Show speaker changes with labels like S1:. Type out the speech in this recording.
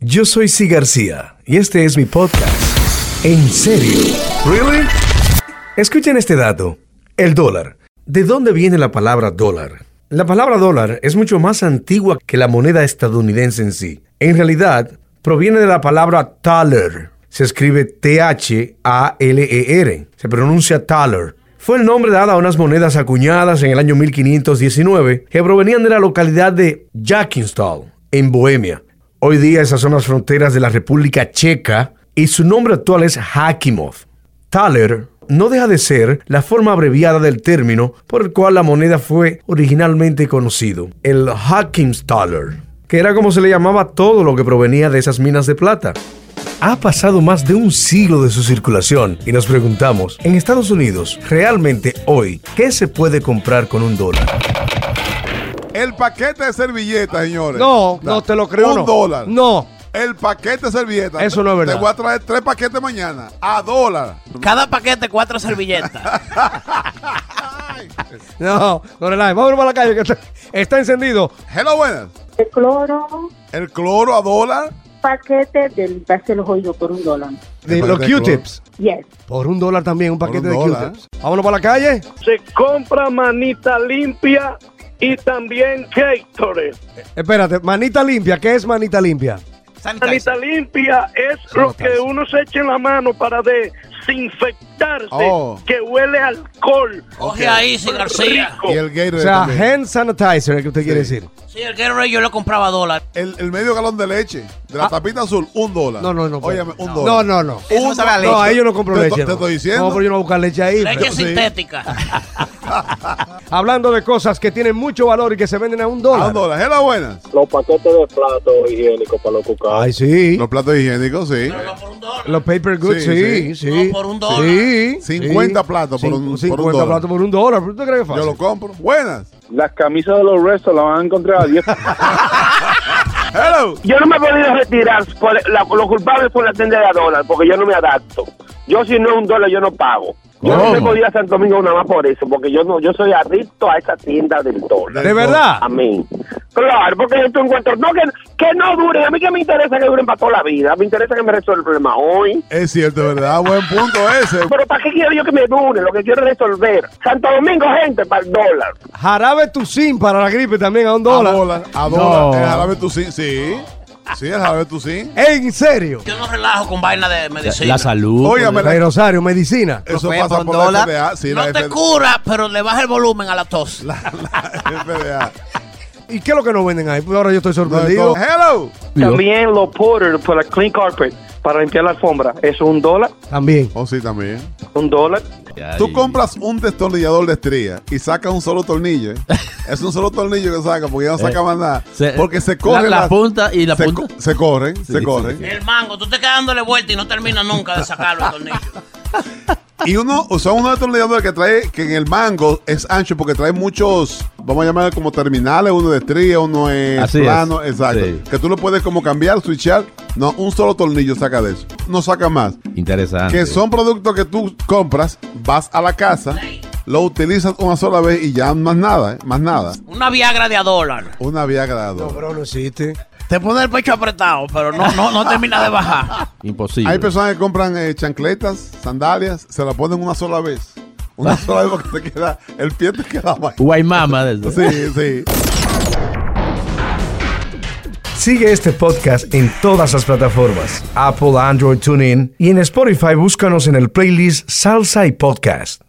S1: Yo soy Si García y este es mi podcast. En serio. ¿Really? Escuchen este dato. El dólar. ¿De dónde viene la palabra dólar? La palabra dólar es mucho más antigua que la moneda estadounidense en sí. En realidad, proviene de la palabra thaler. Se escribe T-H-A-L-E-R. E Se pronuncia thaler. Fue el nombre dado a unas monedas acuñadas en el año 1519 que provenían de la localidad de Jackinstall, en Bohemia. Hoy día esas son las fronteras de la República Checa y su nombre actual es Hakimov. Thaler no deja de ser la forma abreviada del término por el cual la moneda fue originalmente conocido, el Hakimstaler, que era como se le llamaba todo lo que provenía de esas minas de plata. Ha pasado más de un siglo de su circulación y nos preguntamos, en Estados Unidos, realmente hoy, ¿qué se puede comprar con un dólar?
S2: El paquete de servilletas, señores.
S3: No,
S2: Da-
S3: no te lo creo.
S2: Un
S3: no.
S2: dólar.
S3: No.
S2: El paquete de servilletas.
S3: Eso no es verdad.
S2: Te voy a traer tres paquetes mañana. A dólar.
S4: Cada paquete cuatro servilletas.
S3: No, no relaje. Vámonos para la calle que está, está encendido.
S2: Hello, buenas.
S5: de cloro,
S2: El cloro a dólar.
S5: paquete de limpiarse los oídos por un dólar.
S3: De
S2: El
S3: los
S2: paquete de
S3: Q-tips.
S5: Yes.
S3: Por un dólar también, un paquete
S2: un
S3: de
S2: dólar.
S3: Q-tips. Vámonos para la calle.
S6: se compra manita limpia y también Gatorade.
S3: Espérate, manita limpia. ¿Qué es manita limpia?
S6: Manita limpia es lo que uno se echa en la mano para desinfectarse,
S2: Oh.
S6: que huele a alcohol.
S4: Coge ahí, sí, García.
S6: rico.
S2: Y el Gatorade
S3: O sea,
S2: también.
S3: hand sanitizer, el que usted quiere
S2: Sí.
S3: decir.
S4: Sí, el Gatorade yo lo compraba a dólar.
S2: El, el medio galón de leche. De la
S3: Ah.
S2: tapita azul, un dólar.
S3: No, no, no.
S2: Óyeme, un
S3: No,
S2: dólar.
S3: no, no.
S4: Eso no sabe a leche.
S3: No, ahí yo no compro
S2: Te
S3: leche.
S2: to- te
S3: no.
S2: estoy diciendo.
S3: No, pero yo no voy a buscar leche ahí.
S4: Leche
S3: pero-
S4: sintética.
S3: Hablando de cosas que tienen mucho valor y que se venden a un dólar.
S2: A un dólar. Hello, buenas.
S7: Los paquetes de plato higiénico para los cucarachos.
S3: Ay, sí.
S2: Los platos higiénicos, sí.
S4: Pero no por un dólar.
S3: Los paper goods,
S2: Sí,
S3: sí, sí.
S2: sí.
S4: No, por un dólar.
S3: Sí,
S2: 50
S3: sí.
S2: platos por un- por un
S3: 50
S2: dólar.
S3: platos por un dólar. ¿Pero ¿Tú crees que es fácil?
S2: Yo lo compro. Buenas.
S7: Las camisas de los restos las van a encontrar a 10.
S2: Hello.
S8: Yo no me he podido retirar por la, los culpables por la tienda de dólar, porque yo no me adapto. Yo si no es un dólar, yo no pago. Yo no
S2: ¿Cómo?
S8: tengo ir a Santo Domingo nada más por eso, porque yo no, yo soy adicto a esa tienda del dólar.
S3: ¿De verdad?
S8: A mí. Claro, porque yo te encuentro, no que, que no duren, a mí que me interesa que duren para toda la vida, me interesa que me resuelva el problema hoy.
S2: Es cierto, de ¿verdad? Buen punto ese.
S8: Pero ¿para qué quiero yo que me dure? Lo que quiero es resolver. Santo Domingo, gente, para el dólar.
S3: Jarabe Tucín para la gripe también a un dólar.
S2: A dólar. A dólar. El jarabe tucín, sí. Sí, el jarabe tucín.
S3: En serio.
S4: Yo no relajo con vaina de medicina.
S9: salud.
S2: Óyame, la-
S3: Ay, Rosario, medicina.
S2: eso
S9: Los
S2: pasa
S9: pesos,
S2: por la
S9: dólar.
S2: FDA. Sí, la
S4: no te
S2: FDA.
S4: cura, pero le baja el volumen a la tos.
S2: La FDA.
S3: ¿Y qué es lo que no venden ahí? Pues ahora yo estoy
S2: No,
S3: sorprendido.
S2: entonces, hello.
S6: También los Porter para Clean Carpet, para limpiar la alfombra. Eso es un dólar,
S3: También.
S2: Oh, sí, también.
S6: un dólar.
S2: Tú compras un destornillador de estría y sacas un solo tornillo. ¿eh? es un solo tornillo que saca porque ya no saca más nada.
S9: Eh, se-
S2: porque se
S9: La,
S2: corre
S9: la punta y la
S2: se,
S9: punta.
S2: co- se corren, se
S9: sí.
S2: corren.
S4: El mango, tú te quedas dándole vuelta y no terminas nunca de sacarlo el tornillo.
S2: Y uno, o sea, uno destornillador que trae, que en el mango es ancho porque trae muchos, vamos a llamar como terminales, uno de estría, uno es
S9: Así es.
S2: plano, exacto.
S9: Sí.
S2: Que tú lo puedes como cambiar, switchar. No, un solo tornillo saca de eso. No saca más.
S9: Interesante.
S2: que son productos que tú compras, vas a la casa, lo utilizas una sola vez y ya más nada, ¿eh? más nada.
S4: Una Viagra de a dólar.
S2: Una Viagra de
S3: No,
S2: dólar.
S3: pero no existe.
S4: Te pone el pecho apretado, pero no, no, no termina de bajar.
S9: Imposible.
S2: Hay personas que compran eh, chancletas, sandalias, se la ponen una sola vez. Una sola vez porque te queda, el pie te queda mal.
S9: Guaymama. de eso.
S2: Sí, sí.
S1: Sigue este podcast en todas las plataformas, Apple, Android, TuneIn y en Spotify búscanos en el playlist Salsa y Podcast.